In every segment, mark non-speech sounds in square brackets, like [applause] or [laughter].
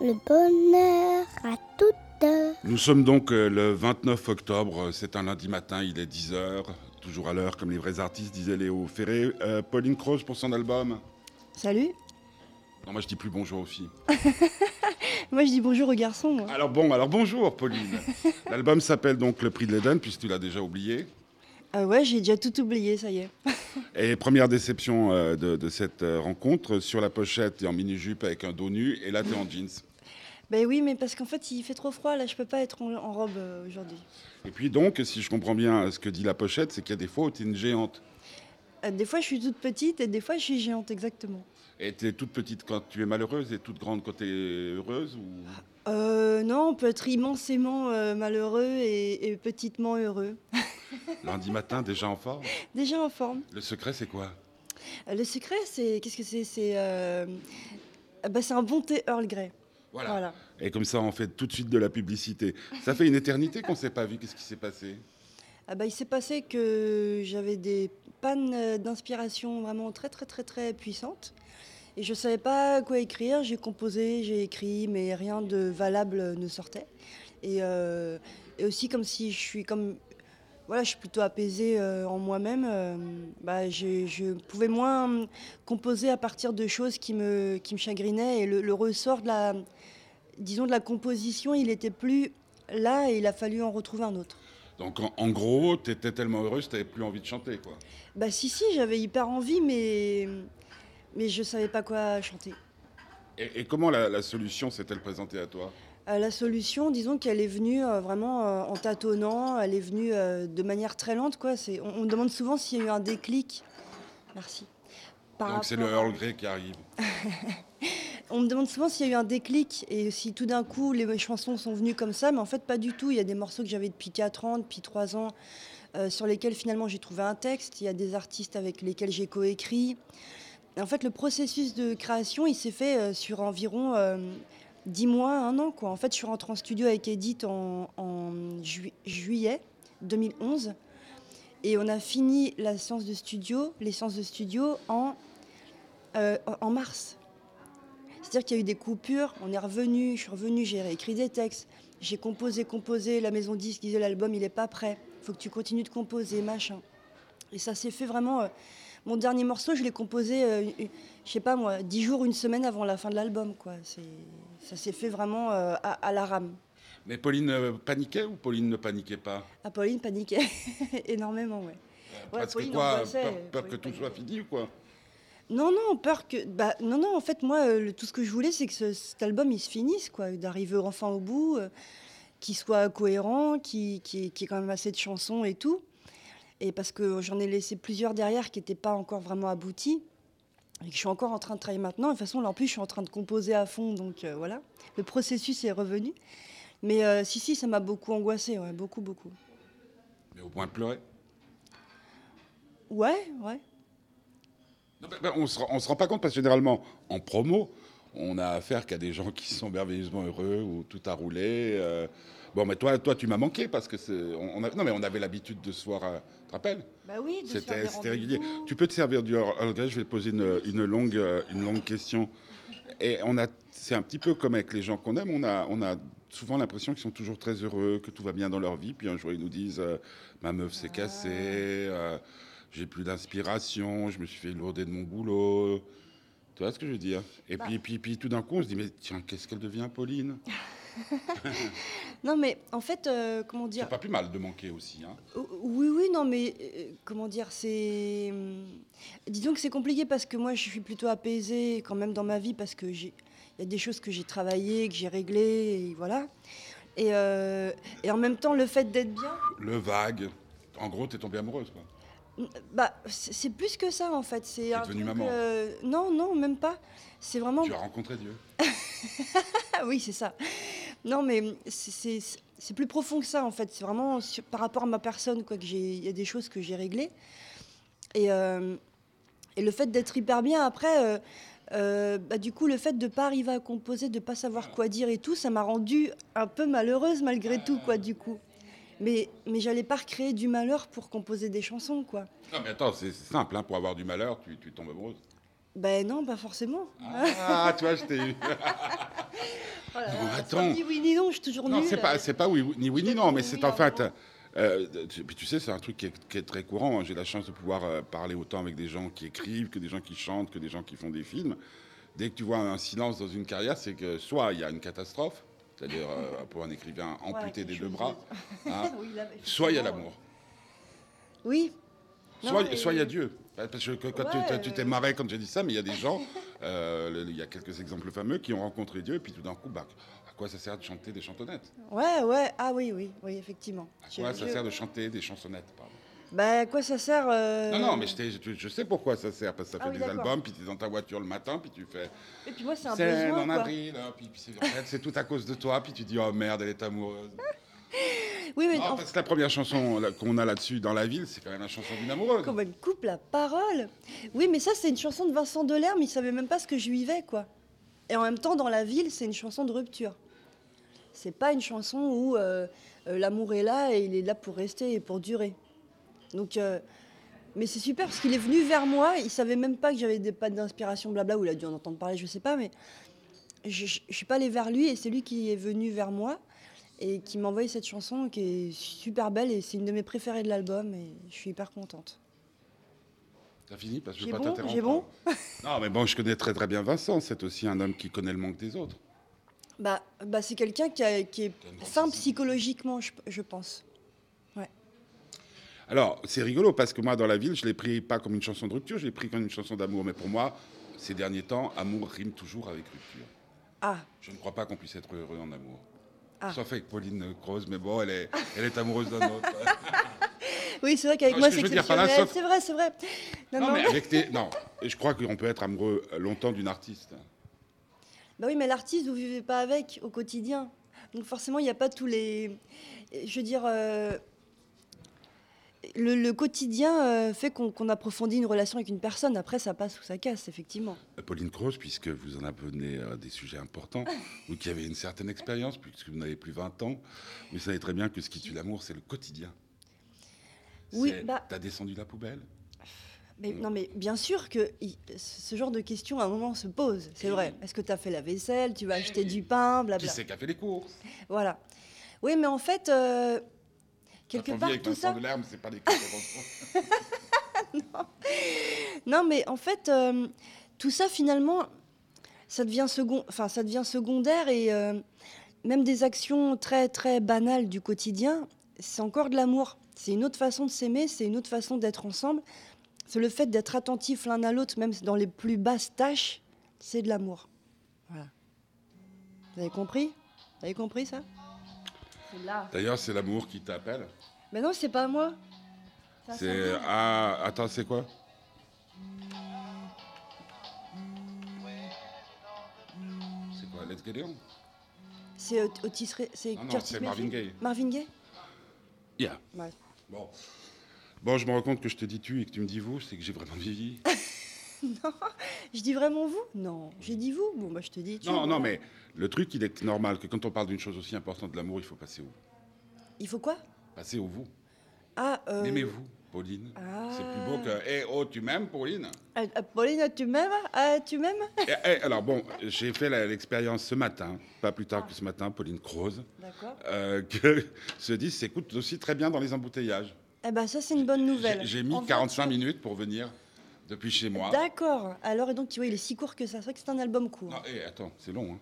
le bonheur à toute heure. Nous sommes donc euh, le 29 octobre, euh, c'est un lundi matin, il est 10h, toujours à l'heure comme les vrais artistes, disait Léo Ferré. Euh, Pauline Croze pour son album Salut Non, moi je dis plus bonjour aux filles. Moi je dis bonjour aux garçons, moi. Alors bon, alors bonjour Pauline. L'album s'appelle donc Le Prix de l'Éden, puisque tu l'as déjà oublié. Ah ouais, j'ai déjà tout oublié, ça y est. Et première déception euh, de, de cette euh, rencontre, sur la pochette, t'es en mini-jupe avec un dos nu, et là t'es en jeans. Ben oui, mais parce qu'en fait il fait trop froid, là je peux pas être en, en robe euh, aujourd'hui. Et puis donc, si je comprends bien ce que dit la pochette, c'est qu'il y a des fois où t'es une géante. Euh, des fois je suis toute petite et des fois je suis géante, exactement. Et t'es toute petite quand tu es malheureuse et toute grande quand t'es heureuse ou... Euh, non, on peut être immensément euh, malheureux et, et petitement heureux. Lundi matin, déjà en forme Déjà en forme. Le secret, c'est quoi Euh, le secret, c'est. Qu'est-ce que c'est C'est. euh, ah bah, c'est un bon thé Earl Grey. voilà. Et comme ça, on fait tout de suite de la publicité. Ça fait une éternité qu'on ne s'est pas vu. Qu'est-ce qui s'est passé Ah bah, il s'est passé que j'avais des pannes euh, d'inspiration vraiment très très très très puissantes. Et je ne savais pas quoi écrire. J'ai composé, j'ai écrit, mais rien de valable ne sortait. Et, euh, et aussi comme si je suis comme... Voilà, je suis plutôt apaisée euh, en moi-même. euh, bah, je, je pouvais moins hum, composer à partir de choses qui me, qui me chagrinaient. Et le, le ressort de la, disons, de la composition, il n'était plus là et il a fallu en retrouver un autre. Donc, en, en gros, tu étais tellement heureuse, tu n'avais plus envie de chanter. quoi. Bah si si, j'avais hyper envie, mais mais je savais pas quoi chanter. Et, et comment la, la solution s'est-elle présentée à toi Euh, la solution, disons qu'elle est venue euh, vraiment euh, en tâtonnant, elle est venue euh, de manière très lente quoi. C'est, on, on me demande souvent s'il y a eu un déclic. Merci. Par Donc, c'est le rapport- Earl Grey qui arrive. On me demande souvent s'il y a eu un déclic et si tout d'un coup les chansons sont venues comme ça, mais en fait pas du tout. Il y a des morceaux que j'avais depuis 4 ans, depuis 3 ans, euh, sur lesquels finalement j'ai trouvé un texte. Il y a des artistes avec lesquels j'ai coécrit. Et En fait, le processus de création, il s'est fait euh, sur environ euh, 10 mois, un an. Quoi. En fait, je suis rentrée en studio avec Edith en, en ju- juillet 2011 et on a fini la séance de studio, les séances de studio en, euh, en mars. C'est-à-dire qu'il y a eu des coupures, on est revenu, je suis revenue, j'ai réécrit des textes, j'ai composé, composé, la maison disque disait l'album il n'est pas prêt, faut que tu continues de composer, machin. Et ça s'est fait vraiment. euh, mon dernier morceau, je l'ai composé, euh, une- je sais pas moi, dix jours, une semaine avant la fin de l'album, quoi. C'est- Ça s'est fait vraiment euh, à, à la rame. Mais Pauline euh, paniquait ou Pauline ne paniquait pas Apolline paniquait [laughs] énormément, ouais. Parce que Pauline quoi angoissait, Peur, euh, peur que Pauline tout soit paniquait. fini ou quoi Non, non, peur que. Bah, non, non, en fait, moi, euh, le- tout ce que je voulais, c'est que ce- cet album, il se finisse, quoi. D'arriver enfin au bout, euh, qu'il soit cohérent, qu'il qu'il y ait- qu'il y ait quand même assez de chansons et tout. Et parce que j'en ai laissé plusieurs derrière qui n'étaient pas encore vraiment aboutis. Et que je suis encore en train de travailler maintenant. De toute façon, là, en plus, je suis en train de composer à fond, donc euh, voilà. Le processus est revenu. Mais euh, si, si, ça m'a beaucoup angoissée, ouais, beaucoup, beaucoup. Mais au point de pleurer. Ouais, ouais. Non, ben, ben, on ne se, rend- on se rend pas compte parce que généralement, en promo, on a affaire qu'à des gens qui sont merveilleusement heureux où tout a roulé. euh. Bon, mais toi, toi, tu m'as manqué parce que c'est. On, on a- non, mais on avait l'habitude de se voir, euh, tu te rappelles Bah oui, de se faire C'était des c'était régulier. rendez-vous. Tu peux te servir du Earl Earl Grey, Je vais te poser une, une longue, euh, une longue question. Et on a, c'est un petit peu comme avec les gens qu'on aime. On a, on a souvent l'impression qu'ils sont toujours très heureux, que tout va bien dans leur vie. Puis un jour, ils nous disent euh, Ma meuf s'est cassée, euh, j'ai plus d'inspiration, je me suis fait lourder de mon boulot. Tu vois ce que je veux dire Et puis, puis, puis tout d'un coup, on se dit Mais tiens, qu'est-ce qu'elle devient, Pauline Non, mais en fait, euh, comment dire. C'est pas plus mal de manquer aussi. Hein. O- Euh, Oui, oui, non, mais euh, comment dire, c'est. hum, Disons que c'est compliqué parce que moi, je suis plutôt apaisée quand même dans ma vie parce que j'ai. Il y a des choses que j'ai travaillées, que j'ai réglées, et voilà. Et, euh, et en même temps, le fait d'être bien, Le vague. En gros, t'es tombée amoureuse. Quoi. n- bah, c'est c'est plus que ça en fait. C'est un devenue truc, maman. euh, non, non, même pas. C'est vraiment. Tu as rencontré Dieu. Ah oui, c'est ça. Non, mais c'est- c'est c'est plus profond que ça, en fait. C'est vraiment sur- par rapport à ma personne, quoi, que j'ai. Il y a des choses que j'ai réglées. Et, euh, et le fait d'être hyper bien, après, euh, euh, bah, du coup, le fait de pas arriver à composer, de pas savoir quoi dire et tout, ça m'a rendue un peu malheureuse malgré tout, quoi, du coup. Mais, mais j'allais pas recréer du malheur pour composer des chansons, quoi. Non, mais attends, c'est c'est simple. hein, pour avoir du malheur, tu, tu tombes amoureuse. Ben non, pas forcément. [laughs] Ah, tu vois, je t'ai eu. Oh là là, Bon, ça attends. me dit oui ni non, je suis toujours Non, nulle. c'est pas, c'est pas oui, ni oui ni non, mais c'est Oui, en avant. fait. euh, tu, puis tu sais, c'est un truc qui est, qui est très courant. hein. J'ai la chance de pouvoir euh, parler autant avec des gens qui écrivent, que des gens qui chantent, que des gens qui font des films. Dès que tu vois un silence dans une carrière, c'est que soit il y a une catastrophe, c'est-à-dire euh, pour un écrivain Ouais, amputé des quelque deux chose bras, de- hein, [laughs] Oui, là, soit il y a effectivement. l'amour, Oui. Non, soit mais- euh, soit il y a Dieu. Bah, Parce que quand tu- Ouais, tu euh. t'es marré quand j'ai dit ça, mais il [laughs] y a des gens, euh, le- il y a quelques exemples fameux qui ont rencontré Dieu, et puis tout d'un coup, bah, à quoi ça sert de chanter des chansonnettes Ouais, ouais. Ah oui, oui, oui, effectivement. À J'ai- quoi ça je- sert de chanter des chansonnettes pardon. Bah, à quoi ça sert euh, Non, non, mais je, t'ai- je- je sais pourquoi ça sert, parce que ça Ah fait oui, des d'accord. albums, puis tu es dans ta voiture le matin, puis tu fais Et puis moi, c'est un C'est besoin. en quoi. avril, hein, puis, puis c'est en fait, c'est tout à cause de toi, puis tu dis oh merde, elle est amoureuse. [laughs] Oui, mais Non, en parce que la première chanson là, qu'on a là-dessus dans la ville, c'est quand même la chanson d'une amoureuse. Comment elle coupe la parole Oui, mais ça, c'est une chanson de Vincent Delerme, il savait même pas ce que je vivais, quoi. Et en même temps, dans la ville, c'est une chanson de rupture. C'est pas une chanson où euh, euh, l'amour est là et il est là pour rester et pour durer. Donc, euh, mais c'est super parce qu'il est venu vers moi, il savait même pas que j'avais des pattes d'inspiration, blabla, ou il a dû en entendre parler, je sais pas, mais je, je- je suis pas allée vers lui et c'est lui qui est venu vers moi et qui m'a envoyé cette chanson qui est super belle et c'est une de mes préférées de l'album et je suis hyper contente. T'as fini parce que je J'ai veux pas bon, t'interrompre. j'ai bon. non, mais bon, je connais très très bien Vincent. C'est aussi un homme qui connaît le manque des autres. Bah, bah c'est quelqu'un qui, a- qui est T'as une grande sain sensibilité. psychologiquement, je, je pense. Alors, c'est rigolo parce que moi, dans la ville, je l'ai pris pas comme une chanson de rupture, je l'ai pris comme une chanson d'amour. Mais pour moi, ces derniers temps, amour rime toujours avec rupture. Ah, Je ne crois pas qu'on puisse être heureux en amour. Ah. Sauf avec Pauline Croze, mais bon, elle est, elle est amoureuse d'un autre. oui, c'est vrai qu'avec Non, moi, Ah, ce c'est que je veux dire par là, exceptionnel. sauf- C'est vrai, c'est vrai. [laughs] Non, non, non. mais avec tes- non, je crois qu'on peut être amoureux longtemps d'une artiste. Bah oui, mais l'artiste, vous vivez pas avec au quotidien. Donc forcément, il n'y a pas tous les... Je veux dire, euh, le, le quotidien euh, fait qu'on qu'on approfondit une relation avec une personne. Après, ça passe ou ça casse, effectivement. Pauline Croze, puisque vous en abonnez à des sujets [laughs] importants, vous qui avez une certaine expérience, puisque vous n'avez plus 20 ans, vous savez très bien que ce qui tue l'amour, c'est le quotidien. Oui, C'est- bah- T'as descendu la poubelle Mais, Mm. Non, mais bien sûr que i- ce genre de questions, à un moment, se pose. C'est vrai. Est-ce que tu as fait la vaisselle Tu vas acheter du pain Qui Blabla. c'est qui a fait les courses Voilà. Oui, mais en fait, euh, Quand on quelque vit part, avec tout Vincent ça. Delerme, c'est pas des courses. [laughs] Non, mais en fait, euh, tout ça, finalement, ça devient, second... enfin, ça devient secondaire et euh, même des actions très, très banales du quotidien, c'est encore de l'amour. C'est une autre façon de s'aimer, c'est une autre façon d'être ensemble. C'est le fait d'être attentif l'un à l'autre, même dans les plus basses tâches, c'est de l'amour. Voilà. Vous avez compris Vous avez compris ça C'est là. D'ailleurs, c'est l'amour qui t'appelle. Mais non, c'est pas à moi. Ça, C'est. ça- Ah, attends, c'est quoi C'est quoi Let's Get It On C'est Ot- Otis Re- C'est Non, non, Curtis c'est Marvin Mayfield Gaye. Marvin Gaye Yeah. Ouais. [laughs] Bon. Bon, je me rends compte que je te dis tu et que tu me dis vous, c'est que j'ai vraiment vieilli. Je dis vraiment vous Non. J'ai dit vous Bon, bah je te dis. tu Non, vois. non, mais le truc, il est normal que quand on parle d'une chose aussi importante de l'amour, il faut passer au Il faut quoi passer au vous. Ah, euh. Aimez-vous, Pauline. Ah. C'est plus beau que Eh oh, tu m'aimes, Pauline Ah, ah, Pauline, tu m'aimes Ah, Tu m'aimes Eh, eh, Alors bon, j'ai fait la- l'expérience ce matin, pas plus tard que ce matin, Pauline Croze, D'accord. euh, [laughs] que ce disque s'écoute aussi très bien dans les embouteillages. Eh ben, ça, c'est une bonne nouvelle. J'ai- J'ai mis En 45 voiture. minutes pour venir depuis chez moi. D'accord. Alors, et donc, tu vois, il est si court que ça. C'est vrai que c'est un album court. Non, eh, attends, c'est long. hein.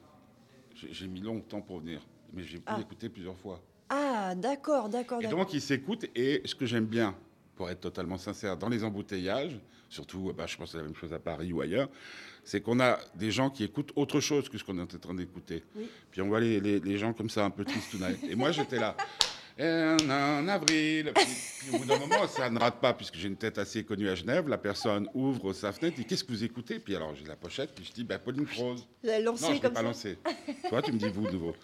J'ai j'ai mis longtemps pour venir, mais j'ai pu Ah. l'écouter plusieurs fois. Ah, d'accord, d'accord, Et d'accord. donc, il s'écoute, et ce que j'aime bien, pour être totalement sincère, dans les embouteillages, surtout, bah, je pense que c'est la même chose à Paris ou ailleurs, c'est qu'on a des gens qui écoutent autre chose que ce qu'on est en train d'écouter. Oui. Puis on voit les, les- les gens comme ça, un peu tristes tout d'un- Et moi, j'étais [laughs] là. Et en, en avril. Puis, puis au bout d'un moment, ça ne rate pas, puisque j'ai une tête assez connue à Genève. La personne ouvre sa fenêtre, dit Qu'est-ce que vous écoutez Puis alors, j'ai la pochette, puis je dis bah, Pauline Prose. Vous allez Non, je lancer l'ai comme pas ça. [laughs] lancé. Toi, tu me dis vous de nouveau.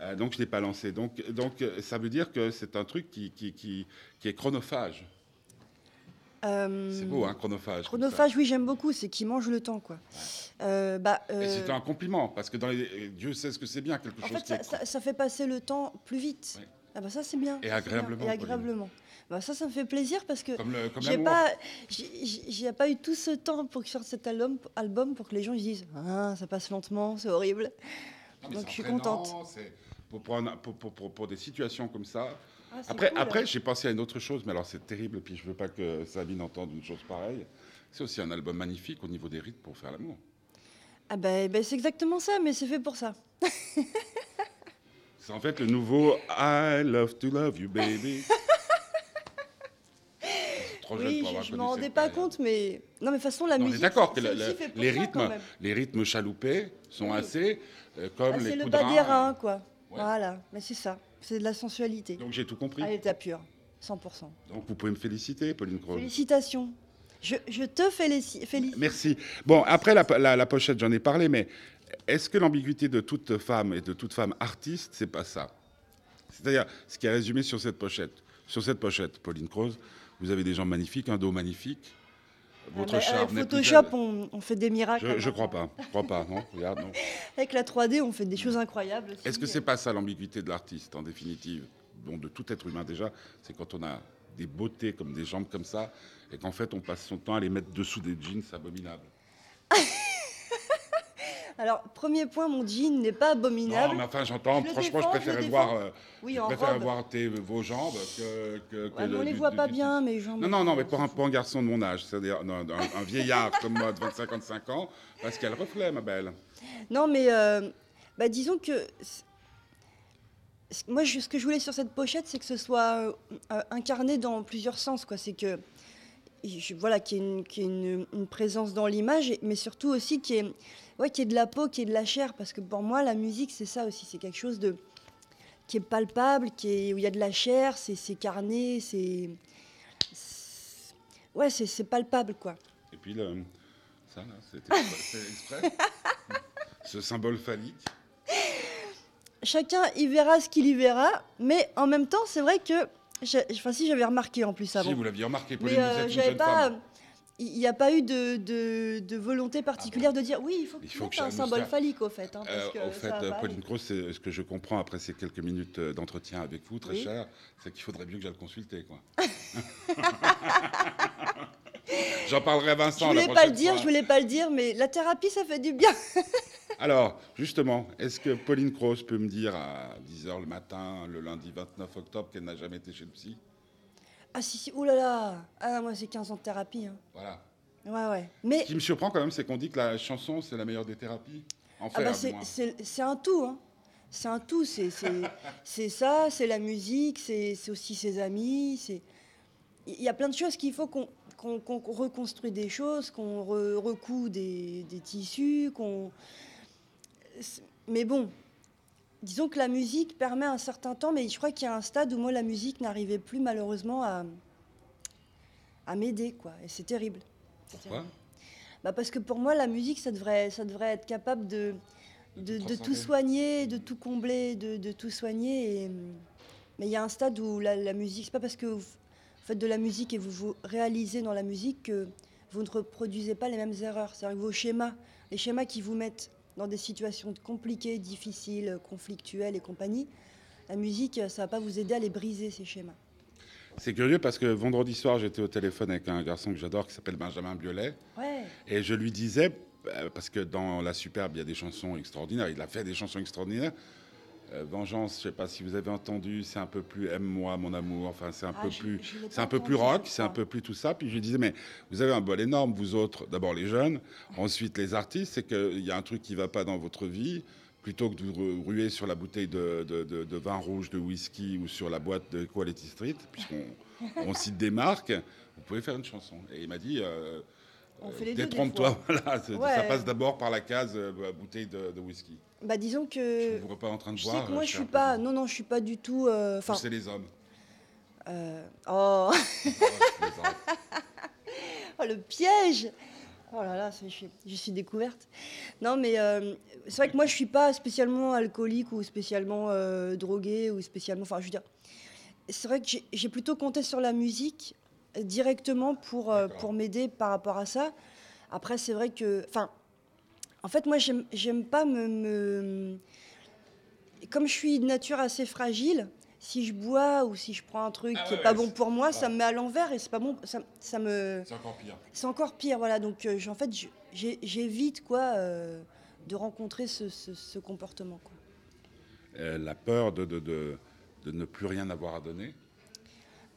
Euh, donc, je l'ai pas lancé. Donc, donc, euh, ça veut dire que c'est un truc qui, qui, qui, qui est chronophage. Euh, C'est beau, hein, chronophage. comme ça. Chronophage, oui, j'aime beaucoup. C'est qui mange le temps, quoi. Euh, bah, Et euh, c'est un compliment, parce que dans les- et Dieu sait ce que c'est bien, quelque En chose fait, qui est ça, ça- ça fait passer le temps plus vite. Ouais. Ah bah ça c'est bien. Et ça, c'est bien. agréablement, Et Pauline. agréablement. Bah ça, ça me fait plaisir parce que comme le- comme j'ai l'amour. pas, j'ai- j'ai j'ai pas eu tout ce temps pour que sorte cet album, album pour que les gens ils disent ah ça passe lentement, c'est horrible. mais Donc, c'est je suis entraînant, contente. c'est Pour, prendre- pour- pour- pour- pour des situations comme ça. Ah, c'est Après, cool. après j'ai pensé à une autre chose, mais alors c'est terrible, puis je veux pas que Sabine entende une chose pareille. C'est aussi un album magnifique au niveau des rythmes pour faire l'amour. Ah ben, ben, c'est exactement ça, mais c'est fait pour ça. C'est en fait le nouveau I love to love you, [laughs] baby. Trop jeune oui, pour avoir je, je connu m'en cette rendais pas période. compte, mais non, mais de toute façon, la Non, on est musique. d'accord que c'est le- aussi le- fait pour les, ça, quand rythmes, même. les rythmes chaloupés sont Oui. assez euh, Ah, comme les c'est le coups bas de des rein. reins, quoi. Ouais. Voilà, mais c'est ça. C'est de la sensualité. Ah, Donc j'ai tout compris. à l'état pur, 100%. Donc vous pouvez me féliciter, Pauline Crowe. Félicitations. Je, je te félici- félicite. Merci. Bon, après la, la- la pochette, j'en ai parlé, mais est-ce que l'ambiguïté de toute femme et de toute femme artiste, c'est pas ça C'est-à-dire, ce qui est résumé sur cette pochette, sur cette pochette, Pauline Croze, vous avez des gens magnifiques, un dos magnifique, votre Ah bah, charme. n'est avec plus Photoshop, tel. on, on fait des miracles. Je, je maintenant. crois pas, je crois pas, [laughs] non Regarde, non. Avec la 3D, on fait des choses incroyables. aussi. Est-ce que c'est pas ça l'ambiguïté de l'artiste, en définitive Bon, de tout être humain déjà, c'est quand on a des beautés comme des jambes comme ça, et qu'en fait on passe son temps à les mettre dessous des jeans abominables. Alors, premier point, mon jean n'est pas abominable. Non, mais enfin j'entends, Je le franchement je défends, je préférais le voir, défends. euh, oui, je en préférais robe. voir tes- euh, vos jambes que... que- que Ouais, mais le- on les du- voit du- pas du- bien, mes jambes. Non, non, non, mais pour un, pour un garçon de mon âge, c'est-à-dire un, un- un vieillard comme moi de 25-55 ans, parce qu'elle reflète, ma belle. Non, mais euh, bah, disons que. c- c- Moi, je- ce que je voulais sur cette pochette, c'est que ce soit euh, euh, incarné dans plusieurs sens. quoi. C'est que. je- voilà, qu'il y ait une, qu'il y ait une- une présence dans l'image, et- mais surtout aussi qu'il y, ait, ouais, qu'il y ait de la peau, qu'il y ait de la chair. Parce que pour moi, la musique, c'est ça aussi. C'est quelque chose de qui est palpable, qui est, où il y a de la chair, c'est c'est carné, c'est. c'est- Ouais, c'est c'est palpable, quoi. Et puis, le- ça, là, c'était c'est exprès. [laughs] Ce symbole phallique. chacun y verra ce qu'il y verra, mais en même temps, c'est vrai que. j'ai- Enfin, si j'avais remarqué en plus avant. Si, vous l'aviez remarqué, mais Pauline, vous euh, êtes une j'avais jeune pas. femme. Il n'y a pas eu de, de- de volonté particulière de dire oui, il faut que Ah Il tu faut que mettes ça un nous symbole serve. phallique au fait. hein, parce Euh, que au fait, ça euh, va Pauline aller. Croce, c'est ce que je comprends après ces quelques minutes euh, d'entretien avec vous, très Oui. cher, c'est qu'il faudrait mieux que j'aille le consulter. [laughs] quoi. J'en parlerai à Je Vincent. la voulais pas prochaine le dire, fois. hein. je voulais pas le dire, mais la thérapie, ça fait du bien. Alors, justement, est-ce que Pauline Croce peut me dire à 10h le matin, le lundi 29 octobre, qu'elle n'a jamais été chez le psy Ah si, si, oh là là. Ah, moi, c'est 15 ans de thérapie. hein. Voilà. Ouais, ouais. Ce Mais qui me surprend quand même, c'est qu'on dit que la chanson, c'est la meilleure des thérapies. Enfin, Ah bah, à c'est- moi. c'est c'est un tout, hein. C'est un tout, c'est c'est- c'est ça, c'est la musique, c'est c'est aussi ses amis, c'est... Il y a plein de choses qu'il faut qu'on qu'on- qu'on reconstruit des choses, qu'on re- recoue des, des tissus, qu'on... c'est- Mais bon, disons que la musique permet un certain temps, mais je crois qu'il y a un stade où moi, la musique n'arrivait plus malheureusement à, à m'aider, quoi. Et c'est terrible. C'est Pourquoi terrible. Bah, parce que pour moi, la musique, ça devrait, ça devrait être capable de, De de, tout de tout transcender. soigner, de tout combler, de, de tout soigner. et, hum, mais il y a un stade où la, la musique, c'est pas parce que vous f- faites de la musique et vous vous réalisez dans la musique que vous ne reproduisez pas les mêmes erreurs. C'est-à-dire que vos schémas, les schémas qui vous mettent dans des situations compliquées, difficiles, conflictuelles et compagnie, la musique, ça va pas vous aider à les briser, ces schémas. C'est curieux parce que vendredi soir, j'étais au téléphone avec un garçon que j'adore qui s'appelle Benjamin Biolay. Ouais. Et je lui disais, euh, parce que dans La Superbe, il y a des chansons extraordinaires, il a fait des chansons extraordinaires. Euh, Vengeance, je ne sais pas si vous avez entendu, c'est un peu plus Aime-moi, mon amour, enfin c'est un Ah, peu je- plus... je l'ai C'est pas un peu plus entendu, rock, je c'est un crois. peu plus tout ça. Puis je lui disais, mais vous avez un bol énorme, vous autres, d'abord les jeunes, ensuite les artistes, c'est qu'il y a un truc qui ne va pas dans votre vie. Plutôt que de vous ruer sur la bouteille de, de- de- de vin rouge, de whisky ou sur la boîte de Quality Street, puisqu'on on cite des marques, vous pouvez faire une chanson. Et il m'a dit, euh, On euh, fait les deux, des détrompe-toi, [laughs] voilà, c'est- ça Ouais. passe d'abord par la case euh, bouteille de, de whisky. Bah, disons Je que... ne vous vois pas en train de Je boire. sais que moi, euh, je suis un peu- pas... Non, non, je suis pas du tout... euh, Enfin... Poussez les hommes. [laughs] euh, oh Ah, je plaisante. Oh, le piège Oh là là, ça, je suis, je suis découverte. Non, mais euh, c'est vrai que moi, je suis pas spécialement alcoolique ou spécialement euh, droguée ou spécialement. Enfin, je veux dire, c'est vrai que j'ai- j'ai plutôt compté sur la musique euh, directement pour, euh, D'accord. pour m'aider par rapport à ça. Après, c'est vrai que. Enfin, en fait, moi, j'aime- j'aime pas me, me- Comme je suis de nature assez fragile, si je bois ou si je prends un truc Ah qui est ouais, pas ouais, bon c'est- pour moi, ça ouais. me met à l'envers et c'est pas bon. Ça, ça me. C'est encore pire. C'est encore pire, voilà. Donc, euh, j'- en fait, j'- j'ai- j'évite, quoi, euh, de rencontrer ce, ce- ce comportement. quoi. Euh, la peur de, de, de- de ne plus rien avoir à donner.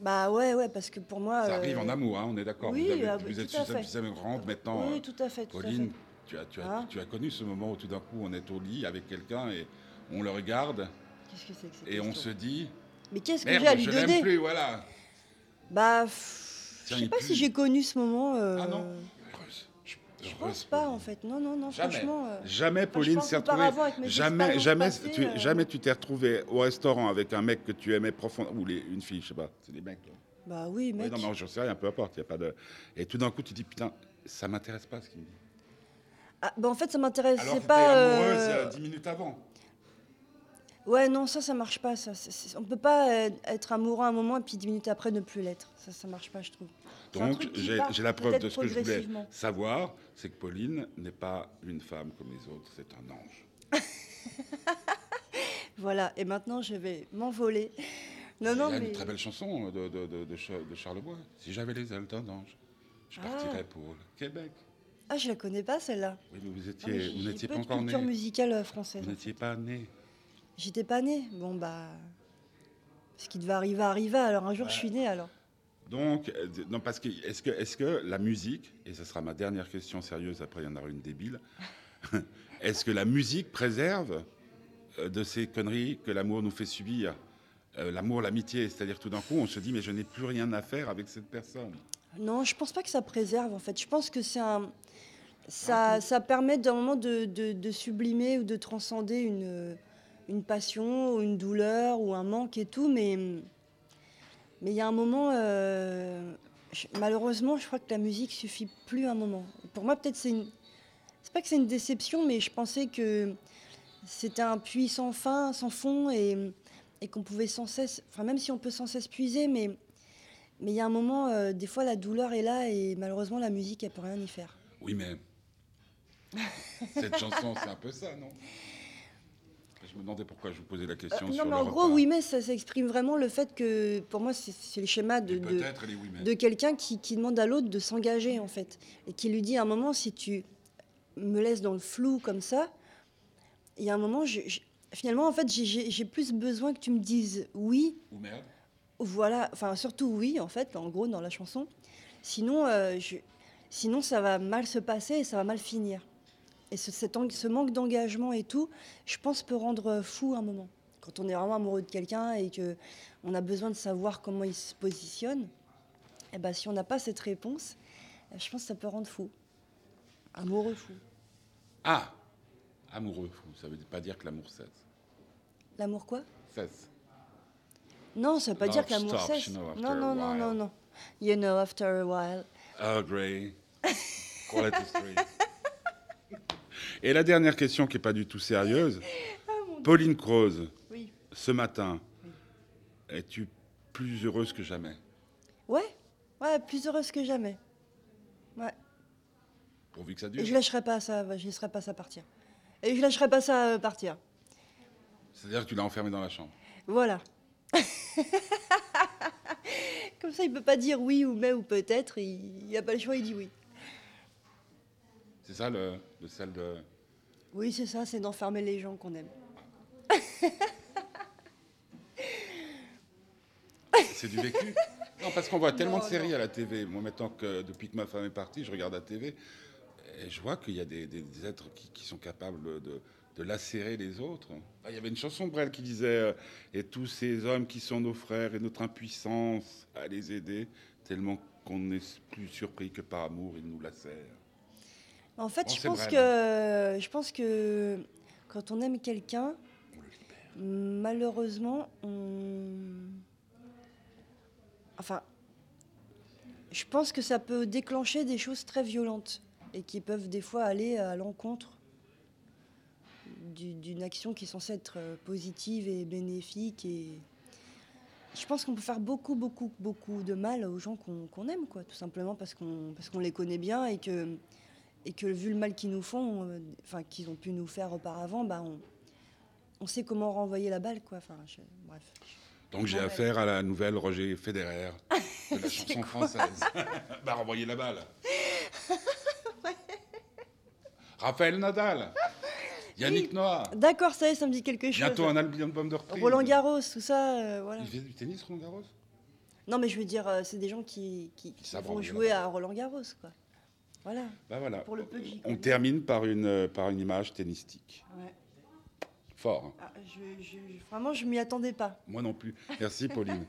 Bah ouais, ouais, parce que pour moi. Ça euh, arrive en amour, hein, on est d'accord. oui, vous avez- ah, vous bah, êtes tout à fait. suffisamment grande maintenant. euh, Oui, tout à fait. tout à fait. Pauline, tu as, tu, as, Hein tu as connu ce moment où tout d'un coup on est au lit avec quelqu'un et on le regarde Qu'est-ce que c'est que cette et on se question dit Mais qu'est-ce que Merde, j'ai à lui je donner l'aime plus, voilà. Bah, pff, je Tiens, sais il pas pue. si j'ai connu ce moment. euh, Ah non Heureuse. Je pense Heureuse, pas Pauline. en fait. Non, non, non, Jamais. franchement. euh, Jamais je Pauline pense s'est retrouvée. qu'auparavant, avec mes Jamais, expériences jamais, passées, tu, euh, jamais tu t'es retrouvée au restaurant avec un mec que tu aimais profondément, ou les- une fille, je sais pas, c'est des mecs. là. Bah oui, Oui, mec. non, mais j'en sais rien, peu importe, y a pas de. Et tout d'un coup, tu dis putain, ça m'intéresse pas ce qu'il me dit. Ah, bah en fait, ça m'intéresse. Alors que C'est t'es pas. amoureuse euh, euh, dix minutes avant. Ouais, non, ça, ça marche pas. Ça, C'est- c'est- On peut pas euh, être amoureux à un moment et puis dix minutes après ne plus l'être. Ça, ça marche pas, je trouve. C'est un Donc, truc qui j'ai part j'ai la preuve de peut-être ce que je voulais progressivement. savoir, c'est que Pauline n'est pas une femme comme les autres, c'est un ange. Voilà. Et maintenant, je vais m'envoler. Non, Il non, y a mais. une très belle chanson euh, de, de, de, de Cha- de Charles Bois. Si j'avais les ailes d'un ange, je Ah. partirais pour le Québec. Ah, je la connais pas celle-là. Oui, mais vous Non, mais étiez, j'ai- vous j'ai n'étiez peu pas de encore né. culture musicale euh, Vous française. n'étiez pas né. J'étais pas née. Bon bah, ce qui devait arriver arriva. Alors un jour, je suis née. Alors. Donc, euh, d- non, parce que est-ce que, est que la musique, et ce sera ma dernière question sérieuse, après il y en aura une débile, [laughs] est-ce que la musique préserve euh, de ces conneries que l'amour nous fait subir Euh, L'amour, l'amitié, c'est-à-dire tout d'un coup, on se dit, mais je n'ai plus rien à faire avec cette personne. Non, je pense pas que ça préserve en fait. Je pense que c'est un. Ça, ça permet d'un moment de, de- de sublimer ou de transcender une, une passion ou une douleur ou un manque et tout, mais mais il y a un moment, euh, je- malheureusement, je crois que la musique suffit plus à un moment. Pour moi, peut-être c'est une, c'est pas que c'est une déception, mais je pensais que c'était un puits sans fin, sans fond et, et qu'on pouvait sans cesse, enfin même si on peut sans cesse puiser, mais mais il y a un moment, euh, des fois, la douleur est là et malheureusement, la musique, elle peut rien y faire. Oui, mais cette chanson, c'est un peu ça, non Je me demandais pourquoi je vous posais la Euh, question. non, sur mais le en gros, repas. oui, mais ça s'exprime vraiment le fait que, pour moi, c'est- c'est le schéma de, Et de- Peut-être, les oui, mais. de quelqu'un qui, qui demande à l'autre de s'engager, en fait. Et qui lui dit à un moment, si tu me laisses dans le flou comme ça, il y a un moment, je- je- finalement, en fait, j'ai- j'ai j'ai plus besoin que tu me dises oui Ou merde. Voilà, enfin surtout oui en fait, en gros dans la chanson. Sinon, euh, je- sinon ça va mal se passer et ça va mal finir. Et ce, cet eng- ce manque d'engagement et tout, je pense peut rendre euh, fou un moment. Quand on est vraiment amoureux de quelqu'un et que on a besoin de savoir comment il se positionne, et ben si on n'a pas cette réponse, euh, je pense que ça peut rendre fou, amoureux fou. Ah Amoureux fou, ça veut pas dire que l'amour cesse. L'amour quoi Cesse. Non, ça veut pas Love dire que l'amour stops, cesse. you know, after non, non, a non, non, while. non. You know after a while. Earl [laughs] Grey. Quality Street. Et la dernière question qui n'est pas du tout sérieuse. Ah, Pauline Croze, Oui. ce matin, es-tu plus heureuse que jamais Ouais, ouais, plus heureuse que jamais. Ouais. Pourvu que ça Et je dure. lâcherai pas ça, je laisserai pas ça partir. Et je lâcherai pas ça euh, partir. C'est-à-dire que tu l'as enfermée dans la chambre. Voilà. [laughs] Comme ça, il peut pas dire oui ou mais ou peut-être. Il n'y a pas le choix, il dit oui. C'est ça le, le sel de. Oui, c'est ça, c'est d'enfermer les gens qu'on aime. C'est du vécu. Non, parce qu'on voit tellement Non, de séries non. à la TV. Moi, maintenant que depuis que ma femme est partie, je regarde la TV et je vois qu'il y a des, des- des êtres qui, qui sont capables de, de lacérer les autres. Ah, Il y avait une chanson de Brel qui disait euh, Et tous ces hommes qui sont nos frères et notre impuissance à les aider, tellement qu'on n'est plus surpris que par amour, ils nous lacèrent. En fait, Bon, je c'est pense vrai, que je pense que quand on aime quelqu'un, malheureusement, on... enfin, je pense que ça peut déclencher des choses très violentes et qui peuvent des fois aller à l'encontre du- d'une action qui est censée être euh, positive et bénéfique et je pense qu'on peut faire beaucoup, beaucoup, beaucoup de mal aux gens qu'on qu'on aime, quoi, tout simplement parce qu'on parce qu'on les connaît bien et que et que vu le mal qu'ils nous font, euh, enfin qu'ils ont pu nous faire auparavant, bah on, on sait comment renvoyer la balle, quoi. Enfin, je- bref. Donc j'ai Ah Ouais. affaire à la nouvelle Roger Federer de la [laughs] C'est chanson quoi française. [laughs] bah [laughs] renvoyez la balle. Raphaël Nadal. Yannick Noah, D'accord, ça y est, ça me dit quelque chose. bientôt un album de reprise. Roland Garros, tout ça, euh, voilà. Il faisait du tennis, Roland Garros Non, mais je veux dire, euh, c'est des gens qui, qui, qui savent vont rendre jouer à Roland Garros, quoi. Voilà. Bah voilà. Pour le peu que j'y On connais. termine par une, euh, par une image tennistique. Ouais. Fort. hein. Ah, je- je- je- vraiment, je m'y attendais pas. Moi non plus. Merci, Pauline.